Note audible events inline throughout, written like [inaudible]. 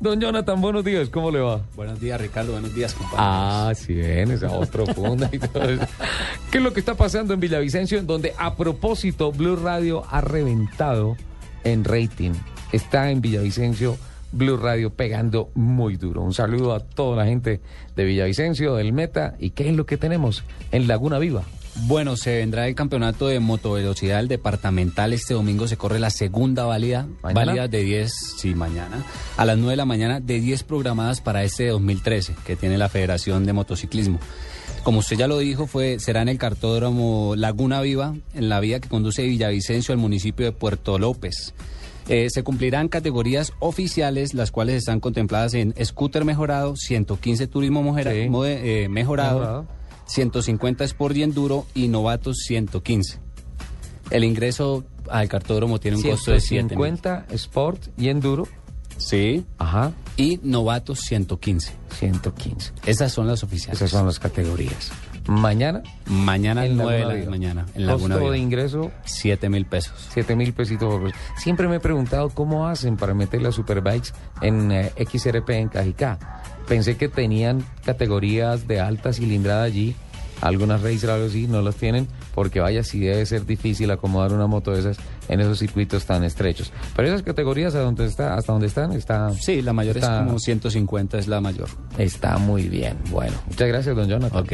Don Jonathan, buenos días, ¿cómo le va? Buenos días, Ricardo. Buenos días, compañeros. Ah, sí, ven, esa voz profunda y todo eso. ¿Qué es lo que está pasando en Villavicencio? En donde, a propósito, Blue Radio ha reventado en rating. Está en Villavicencio Blue Radio pegando muy duro. Un saludo a toda la gente de Villavicencio, del Meta. ¿Y qué es lo que tenemos en Laguna Viva? Bueno, se vendrá el campeonato de motovelocidad el departamental. Este domingo se corre la segunda válida, ¿Mañana? válida de 10, sí, mañana, a las 9 de la mañana, de 10 programadas para este 2013 que tiene la Federación de Motociclismo. Como usted ya lo dijo, fue, será en el cartódromo Laguna Viva, en la vía que conduce de Villavicencio al municipio de Puerto López. Eh, se cumplirán categorías oficiales, las cuales están contempladas en scooter mejorado, 115 turismo mojera- Sí. mode- eh, mejorado, Mejorado. 150 Sport y Enduro y Novatos 115. El ingreso al cartódromo tiene un costo de 7 150 Sport y Enduro. Sí. Ajá, Y Novatos 115. 115. Esas son las oficiales. Esas son las categorías. Mañana, Mañana a en 9 de Laguna la Viva. mañana en Laguna Costo de Viva. ingreso 7 mil pesos. 7 mil pesitos por persona. Siempre me he preguntado cómo hacen para meter las superbikes en eh, XRP en Cajicá. Pensé que tenían categorías de alta cilindrada allí. Algunas racer algo así no las tienen porque vaya si debe ser difícil acomodar una moto de esas en esos circuitos tan estrechos. Pero esas categorías a donde está, hasta donde están está Sí, la mayor está, es como 150, es la mayor. está muy bien. Bueno, muchas gracias don Jonathan. Ok.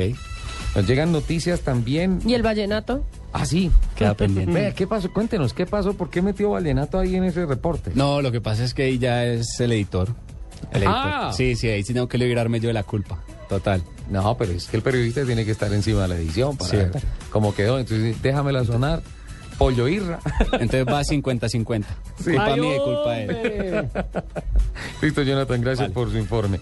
Nos llegan noticias también. ¿Y el vallenato? Ah, sí. [laughs] Queda pendiente. Vea, ¿qué pasó? Cuéntenos, ¿qué pasó? ¿Por qué metió Vallenato ahí en ese reporte? No, lo que pasa es que ahí ya es el editor. El editor. Ah. Sí, sí, ahí sí tengo que librarme yo de la culpa. Total. No, pero es que el periodista tiene que estar encima de la edición para Sí. ver cómo quedó. Entonces, déjamela sonar. Pollo Irra. Entonces va 50-50. Culpa Ay, mía y culpa de él. hombre. Listo, Jonathan, gracias por su informe.